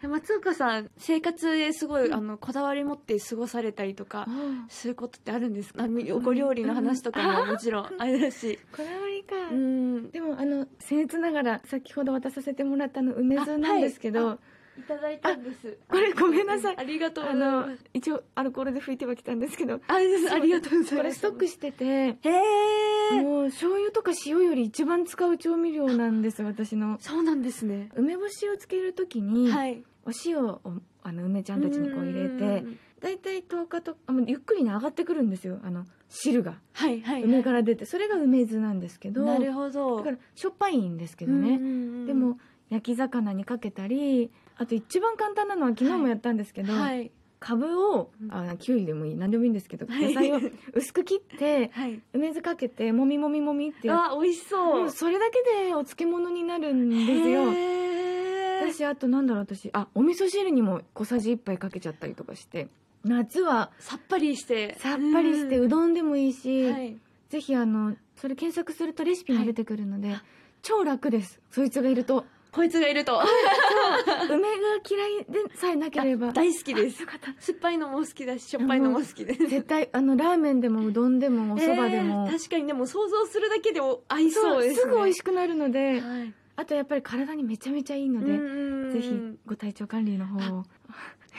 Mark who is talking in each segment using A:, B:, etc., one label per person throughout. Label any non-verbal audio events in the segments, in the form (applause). A: 松岡さん生活ですごい、
B: うん
A: あのこだわり持って過ごされたりとか
B: あ
A: することってあるんですかあみご料理の話とか (laughs) ももちろんあれだし
B: こだわりか、
A: うん
B: でもあの僭越ながら先ほど渡させてもらったあの梅酢なんですけ
A: あ
B: ど、
A: はいいただいたんです
B: これごめんなさい
A: ありがとう
B: あ
A: ございま
B: の
A: す
B: 一応アルコールで拭いてはきたんですけど
A: あれですありがとうございます
B: これストックしてて
A: へえ
B: もう醤油とか塩より一番使う調味料なんです私の
A: そうなんですね
B: 梅干しをつけるときに、
A: はい
B: お塩をあの梅ちゃんたちにこう入れて
A: うん
B: だいたい10日とあもうゆっくりね上がってくるんですよあの汁が
A: はいはい
B: 梅から出てそれが梅酢なんですけど
A: なるほど
B: だからしょっぱいんですけど
A: うん
B: ね、
A: うんうん
B: でも焼き魚にかけたりあと一番簡単なのは昨日もやったんですけど、
A: はい
B: かぶを
A: うん
B: あきゅうりでもいい何でもいいんですけど、
A: はい
B: 野菜を薄く切って
A: はい
B: 梅酢かけてもみもみもみってやっ
A: あ美味しそう
B: もうそれだけでお漬物になるんですよ
A: へー
B: 私あとなんだろう私あお味噌汁にも小さじ1杯かけちゃったりとかして夏は
A: さっぱりして
B: さっぱりしてうどんでもいいし、
A: はい
B: ぜひあのそれ検索するとレシピも出てくるので、超楽ですそいつがいると
A: こいつがいると
B: 梅が嫌いでさえなければ
A: 大好きです
B: よかった
A: 酸っぱいのも好きだししょっぱいのも好きです
B: 絶対あのラーメンでもうどんでもおそばでも、
A: えー確かにでも想像するだけでお合い
B: そ
A: そううですす、ね、
B: ぐ美味
A: し
B: しくなるので、
A: はい
B: あとやっぱり体にめちゃめちゃいいので、
A: の
B: ぜひご体調管理の方を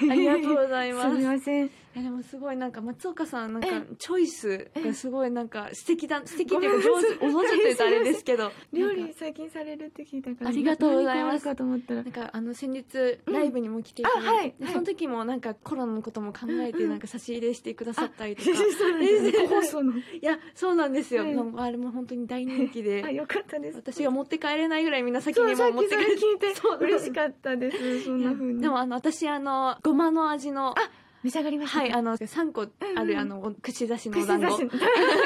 A: ありがとうございます
B: すみません
A: いやでもすごいなんか松岡さんなんか
B: え
A: チョイスがすごいなんか素敵だ素敵っていうか
B: ごめんなさい
A: 上手お上手って言うとあれですけ
B: (laughs)
A: ど
B: 料
A: なん
B: 理
A: か
B: 最近されるって聞いたから
A: ありがとうございます
B: 何かあるかと思ったら
A: なんかあの先日ライブにも来ていただいて、
B: うんあはい
A: でその時もなんかコロナのことも考え
B: うん
A: て
B: うん
A: なんか差し入れしてくださったりとか、
B: 先生そうなんですね
A: 先生
B: 個包装の
A: いやそうなんですよ、
B: うん
A: なんかあれも本当に大人気で
B: あよかったです
A: 私が持って帰れないぐらいみんな先
B: そ
A: に
B: うさ
A: も
B: っ
A: う持っ
B: き
A: て
B: そ
A: 帰
B: れ
A: れ
B: 聞いて
A: そう
B: 嬉しかったですそんな風に
A: でもあの私あのごまの味の
B: 召し上がりました
A: はいあの3個あ
B: うんう
A: る
B: ん
A: あの串刺しの
B: 串
A: 団
B: 刺
A: 子
B: し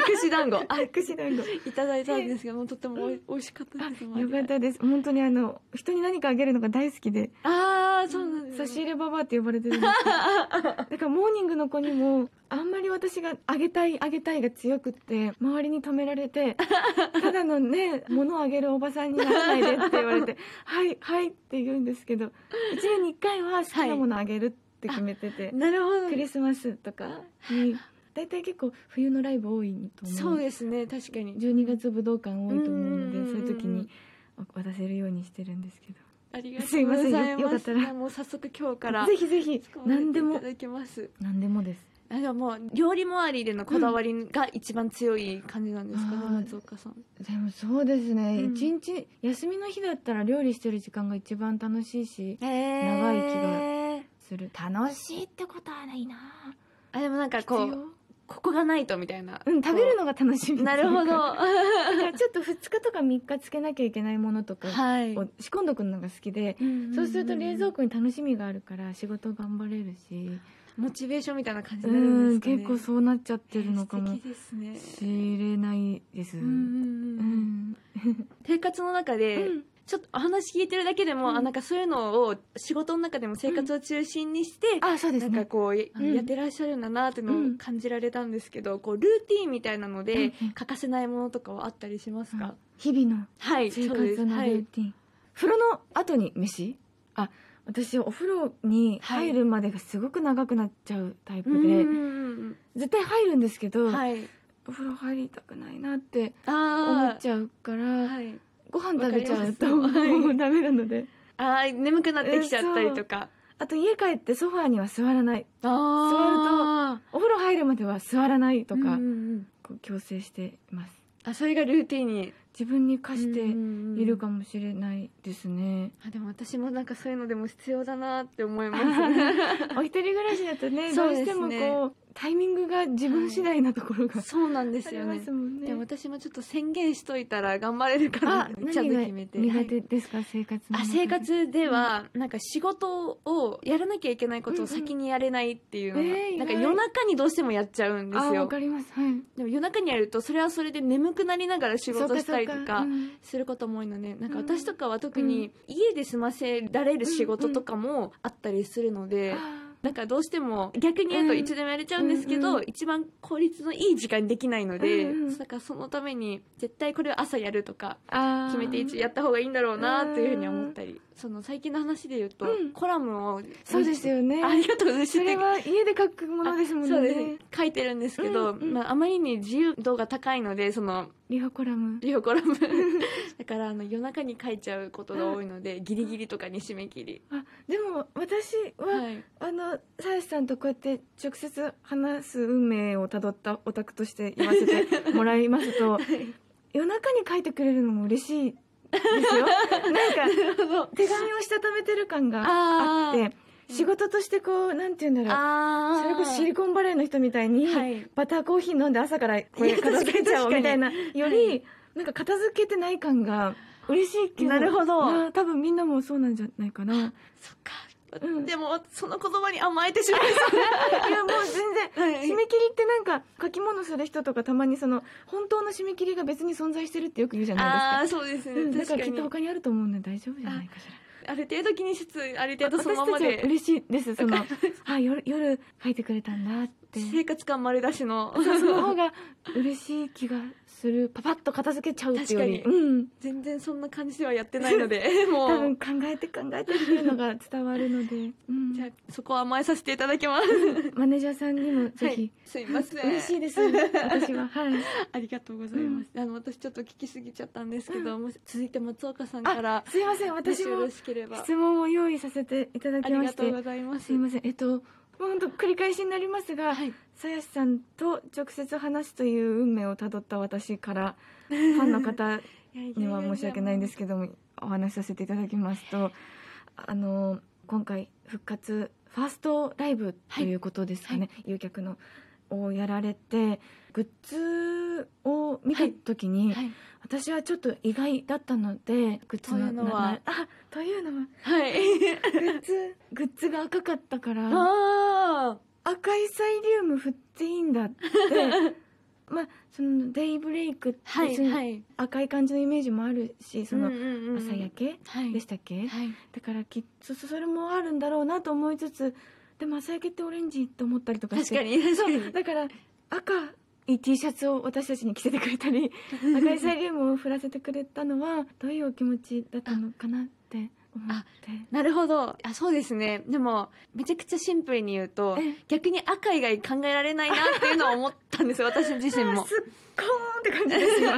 A: 串団子あ
B: あ (laughs) 串団子
A: いただいたんですけどもうとってもおい美味しかったです
B: よかったです本当にあの人に何かあげるのが大好きで
A: ああそうなんです
B: 差し入れババアって呼ばれてるんです (laughs) けどだからモーニングの子にもあんまり私があげたいあげたいが強くって周りに止めら
A: (laughs)
B: れてただのね物をあげるおばさんにならないでって言わ
A: (laughs)
B: れてはいはいって言うんですけど一年に一回は好きなものあげるって決めてて、
A: (laughs) なるほ
B: クリスマスとかに大体結構冬のライブ多いと
A: ど
B: 思
A: そ
B: う
A: うですね確かに
B: 12月武道館多いと思う
A: う
B: の
A: んうんうんう
B: で
A: ん
B: そういう時に渡せるようにしてるんですけど
A: ありがとうございます
B: すいませんよよかったら
A: いやもう早速今日から
B: ぜひぜひ何で
A: い
B: も
A: ただきます
B: 何でもです
A: あでももう料理周りでのこだわりが一番強い感じなんですかね、
B: うん
A: 松岡さん
B: でもそうですね
A: うん
B: 一、日休みの日だったら料理してる時間が一番楽しいし
A: 長
B: い気する楽しいってことはないな
A: あでもなんかこ
B: こ
A: うここがないとみたいな、
B: う、うん、食べるのが楽しみ
A: なるほど
B: (laughs) だか
A: は
B: らちょっと2日とか3日つけなきゃいけないものとか
A: い
B: を仕込んどくのが好きで、そうすると冷蔵庫に楽しみがあるから仕事頑張れるし
A: モチベーションみたいな感じ
B: う
A: になるん
B: ん
A: ですかね
B: 結構そうなっちゃってるのか
A: 素
B: も
A: 敵ですね
B: しれないです
A: うんうんうん生活の中
B: う
A: で、
B: ん
A: ちょっとお話聞いてるだけでも、
B: うん
A: あなんかそういうのを仕事の中でも生活を中心にして、
B: あそうです
A: なんか
B: ね
A: こう、や
B: うん
A: やってらっしゃるんだなっていう
B: う
A: のを
B: ん
A: 感じられたんですけど、こうルーティンみたいなので
B: うんうん
A: 欠かせないものとかはあったりしますか、
B: 日々の
A: はい
B: 生
A: そうです
B: 活の
A: は
B: ルー
A: い
B: ティン、風呂の後に飯あ私お風呂に入るまでがすごく長くなっちゃうタイプ
A: う
B: で、
A: んうん
B: 絶対入るんですけど、
A: うんはい
B: お風呂入りたくないなって思
A: あ
B: っちゃうから、
A: あはい
B: ご飯食べちゃうと
A: わ
B: (laughs)
A: かります
B: もうダメなので
A: あー眠くなってきちゃったりとか、
B: あと家帰ってソファーには座らない
A: ああ
B: お風呂入るまでは座らないとか、
A: うんうんうん
B: こう強制しています
A: あそれがルーティンに
B: 自分に課している
A: も
B: かもしれないですね、
A: あでも私もなんかそういうのでも必要だなって思
B: (laughs)
A: います (laughs)
B: お一人暮らしだとね
A: そう
B: ど
A: で
B: う
A: す
B: し
A: ね
B: てもこうタイミングが自分次第なところが、
A: そうなんで
B: あ
A: す
B: り
A: よ
B: ま
A: ね
B: すもんね
A: でも私もちょっと宣言しといたら頑張れるから
B: あ何
A: ちゃんと
B: が
A: 決めて
B: 苦
A: はい
B: 手ですか、生活の
A: あ
B: 中で
A: 生活ではなんか仕事をやらなきゃいけないことを先にやれないっていうのが、
B: うんうんえー意
A: なん
B: 外
A: か夜中にどうしてもやっちゃうんで
B: あ
A: す
B: わ
A: よ
B: かりますはい
A: でも夜中にやるとそれはそれで眠くなりながら仕事したりと
B: そう
A: か
B: うん
A: することも多いのでなんか
B: うん
A: 私とかは特に家で済ませられる仕事とかもあったりするので、
B: あ
A: なんかどうしても逆に言うといつでもやれちゃうんですけど、
B: うんうん
A: 一番効率のいい時間にできないので、
B: うんうん
A: だからそのために絶対これは朝やるとか
B: あ
A: 決めて一応やった方がいいんだろうなというふうに思ったりその最近の話で言うと、
B: うん
A: コラムを
B: そうですよ
A: (laughs)
B: ね
A: ありがとうございます
B: それは家で書くものですもん
A: そうです
B: ね
A: 書いてるんですけど、
B: うんうん
A: まあ、あまりに自由度が高いのでその
B: リホコラム
A: リオコラム (laughs) だからあの夜中に書いちゃうことが多いのでギリギリとかに締め切り、
B: あでも私は、
A: はい、
B: あのさやしさんとこうやって直接話す運命をたどったオタクとして言わせてもらいま
A: (laughs)
B: すと夜中に書いてくれるのも嬉しいで
A: (laughs)
B: すよなんか手紙をしたためてる感が
A: あ
B: あって仕事としてこうなんて言うんだろう
A: あー
B: それこそシリコンバレーの人みたいに、
A: はい
B: バターコーヒー飲んで朝からこれ片付けちゃおうみたいなより、なんか片付けてない感が嬉しいけど
A: なるほど
B: な多分みんなもそうなんじゃな
A: (laughs)
B: いかないやも
A: そっか、
B: うん
A: でもその言葉に甘えてしまい
B: もう全然 (laughs)
A: そう、
B: 締め切りってなんか書き物する人とかたまにその本当の締め切りが別に存在してるってよく言うじゃ
A: あ
B: ない
A: あー
B: で
A: そうです
B: す
A: ね、
B: か、うん、だ
A: 確
B: か
A: から
B: きっ
A: に
B: と他にあると思うんで大丈夫じゃないかし
A: ある程度気にしつつある
B: ら
A: 程度そのまま
B: 私たちは
A: で
B: 嬉しいです
A: (laughs)
B: そのあ夜夜書いてくれたんだって
A: 生活感丸出し
B: (laughs)
A: の
B: そうその方が嬉しい気がするパパッと片付けちゃうっていうより
A: 確
B: うん、
A: 全然そんな感じではやってないので
B: (laughs)
A: も
B: 多分
A: う
B: 考えて考えてっていうのが伝わるので、うん
A: じゃあそこは甘えさせていただきます
B: マネージャーさんにもぜ
A: は
B: ひ
A: い、、すいません
B: 嬉しいです私
A: (laughs)
B: ははい
A: ありがとうございます、あの私ちょっと聞きすぎちゃったんですけど、もし続いて松岡さんから
B: すいません
A: もし
B: 私
A: よ
B: も
A: ろしければ
B: 質問を用意させていただ
A: あ
B: き
A: り
B: ま
A: が
B: し
A: とう
B: て
A: ございます
B: すいませんえっともう本当繰り返しになりますが
A: はい
B: さやしさんと直接話すという運命をたどった私から
A: (laughs)
B: ファンの方
A: いやいやいや
B: には申し訳ないんですけどもお話しさせていただきますとあの今回復活ファーストライブということですかね、有客のをやられてグッズを見た時に、
A: はい
B: 私はちょっと意外だったのでグッズ
A: と
B: の
A: いうのは
B: ななあというのは
A: はい
B: グッズグッズが赤かったから
A: あ
B: 赤いサイリウム振っていいん
A: (laughs)
B: だってまあそのデイブレイクって、
A: ーはいはい
B: 赤い感じのイメージもあるしその朝焼
A: け
B: け
A: はい
B: でしたっけ、
A: はい
B: だからきっとそそれもあるんだろうなと思いつつでも朝焼けってオレンジと思ったりとかして
A: 確かに確かに
B: だから赤い T シャツを私たちに着せてくれた
A: (laughs)
B: り赤いサイリウムを振らせてくれたのはどういうお気持ちだったのかなって思って
A: なるほどあそうですねでもめちゃくちゃシンプルに言うと
B: え
A: 逆に赤以外考えられないなっていうのは思ったんですよ私自身
B: あ
A: も
B: すっこーんって感じですよ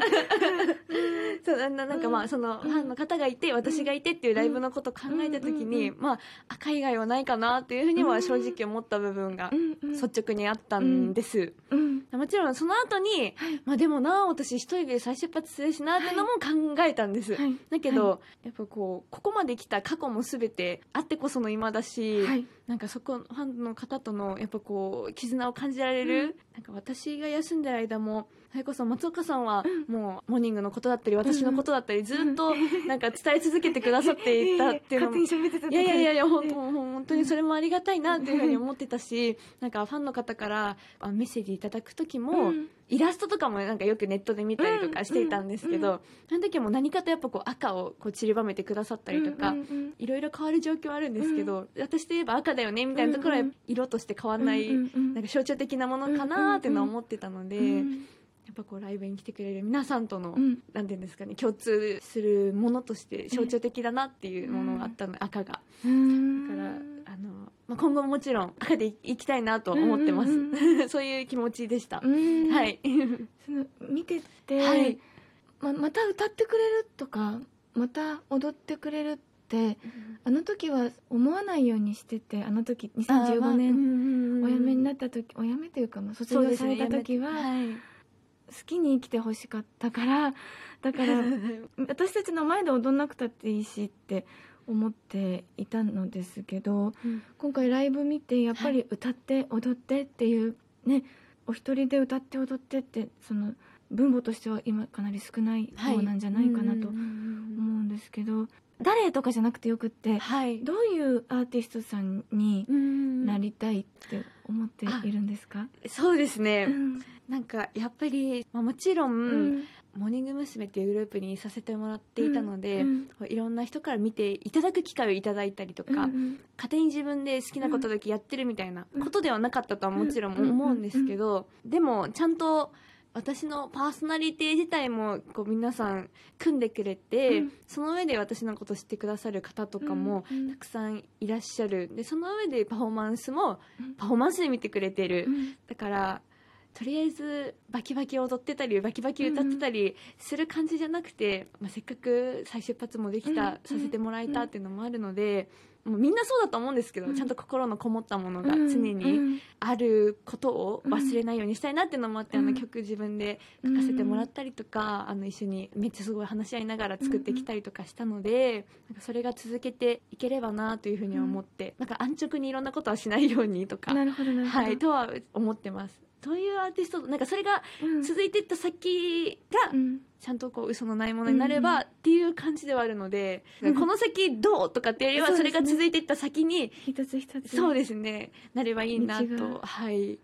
A: そうなななんかまあその
B: ん
A: ファンの方がいて私がいてっていうライブのことを考えた時に
B: う
A: まあ赤以外はないかなっていうふうには正直思った部分が
B: うんうん
A: 率直にあったんです
B: うん
A: もちろんその後に
B: はい
A: まあでもな私一人で再出発するしなっていうのも考えたんです
B: はい
A: だけどやっぱこうここまで来た過去も全てあってこその今だし
B: はい
A: なんかそこファンの方とのやっぱこう絆を感じられる、
B: うん
A: なんか私が休んでる間もそれこそ松岡さんは
B: う
A: もうモーニングのことだったり私のことだったりずっと
B: う
A: なんか伝え続けてくださっていたっていうの
B: 勝
A: も
B: 手に喋ってただ
A: い
B: け
A: や
B: で
A: いやいやいや本当本当にそれもありがたいなっていうふうに思ってたしなんかファンの方からあメッセージいただく時も、
B: うん
A: イラストとかもなんかよくネットで見たりとかしていたんですけど、
B: うんう
A: その時も何かとやっぱこう赤をこう散りばめてくださったりとか、
B: うんうん
A: いろいろ変わる状況はあるんですけど、私といえば赤だよねみたいなところは
B: うんうん
A: 色として変わ
B: うん
A: んない、
B: うんうん
A: なんか象徴的なものかなーっていうのは思ってたので、
B: うん
A: やっぱこうライブに来てくれる皆さんとの、
B: うん
A: なんていうんですかね共通するものとして象徴的だなっていうものがあったの、赤がだから、あのまあ、今後ももちろん赤でいきたいなと思ってます、
B: う
A: (laughs)
B: ん
A: そういう気持ちでした、
B: うん
A: はい
B: その見てて、
A: はい
B: ままた歌ってくれるとかまた踊ってくれるってあの時は思わないようにしててあの時2015年お辞めにな
A: っ
B: った時お辞めというかまあ卒業された時は、好きに生きてほしかったからだから (laughs) 私たちの前で踊んなくたっていいしって思っていたのですけど今回ライブ見てやっぱり歌って踊ってっていうねお一人で歌って踊ってってその分母としては今かなり少ない方なんじゃないかなと思うんですけど誰とかじゃなくてよくって
A: はい
B: どういうアーティストさんになりたいって思っているんですか、
A: そうですね、
B: うん
A: なんかやっぱり、まあ、もちろん、
B: うん
A: モーニング娘。っていうグループにさせてもらっていたので、
B: うん
A: こういろんな人から見ていただく機会をいただいたりとか、
B: うん
A: 勝手に自分で好きなことだけやってるみたいなことではなかったとはもちろん
B: うん
A: 思うんですけど、でもちゃんと私のパーソナリティ自体もこう皆さん組んでくれて、
B: うん
A: その上で私のこと知ってくださる方とかも
B: うんうん
A: たくさんいらっしゃるでその上でパフォーマンスもパフォーマンスで見てくれてる、
B: うん
A: だからとりあえずバキバキ踊ってたりバキバキ歌ってたりする感じじゃなくて、まあ、せっかく再出発もできた、
B: うん
A: させてもらえたっていうのもあるので、もうみんなそうだと思うんですけど、
B: うん
A: ちゃんと心のこもったものが
B: うん
A: 常
B: う
A: に
B: ん
A: あることを忘れないようにしたいなっていうのもあって、
B: うん
A: あの曲自分で書かせてもらったりとか、あの一緒にめっちゃすごい話し合いながら作ってきたりとかしたので、なんかそれが続けていければなというふうには思って、なんか安直にいろんなことはしないようにとか
B: なるほどなるほど
A: はい、とは思ってます。というアーティストとなんかそれが
B: うん
A: 続いていった先が、
B: うん
A: ちゃんとこう嘘のないものになれば
B: うん
A: っていう感じではあるので、
B: うん
A: この先どうとかっていうより
B: そ
A: は
B: う
A: そ
B: で
A: れ
B: すね
A: が続いていった先に
B: 一つ一つ
A: そうですねなればいいな
B: 道が
A: とはい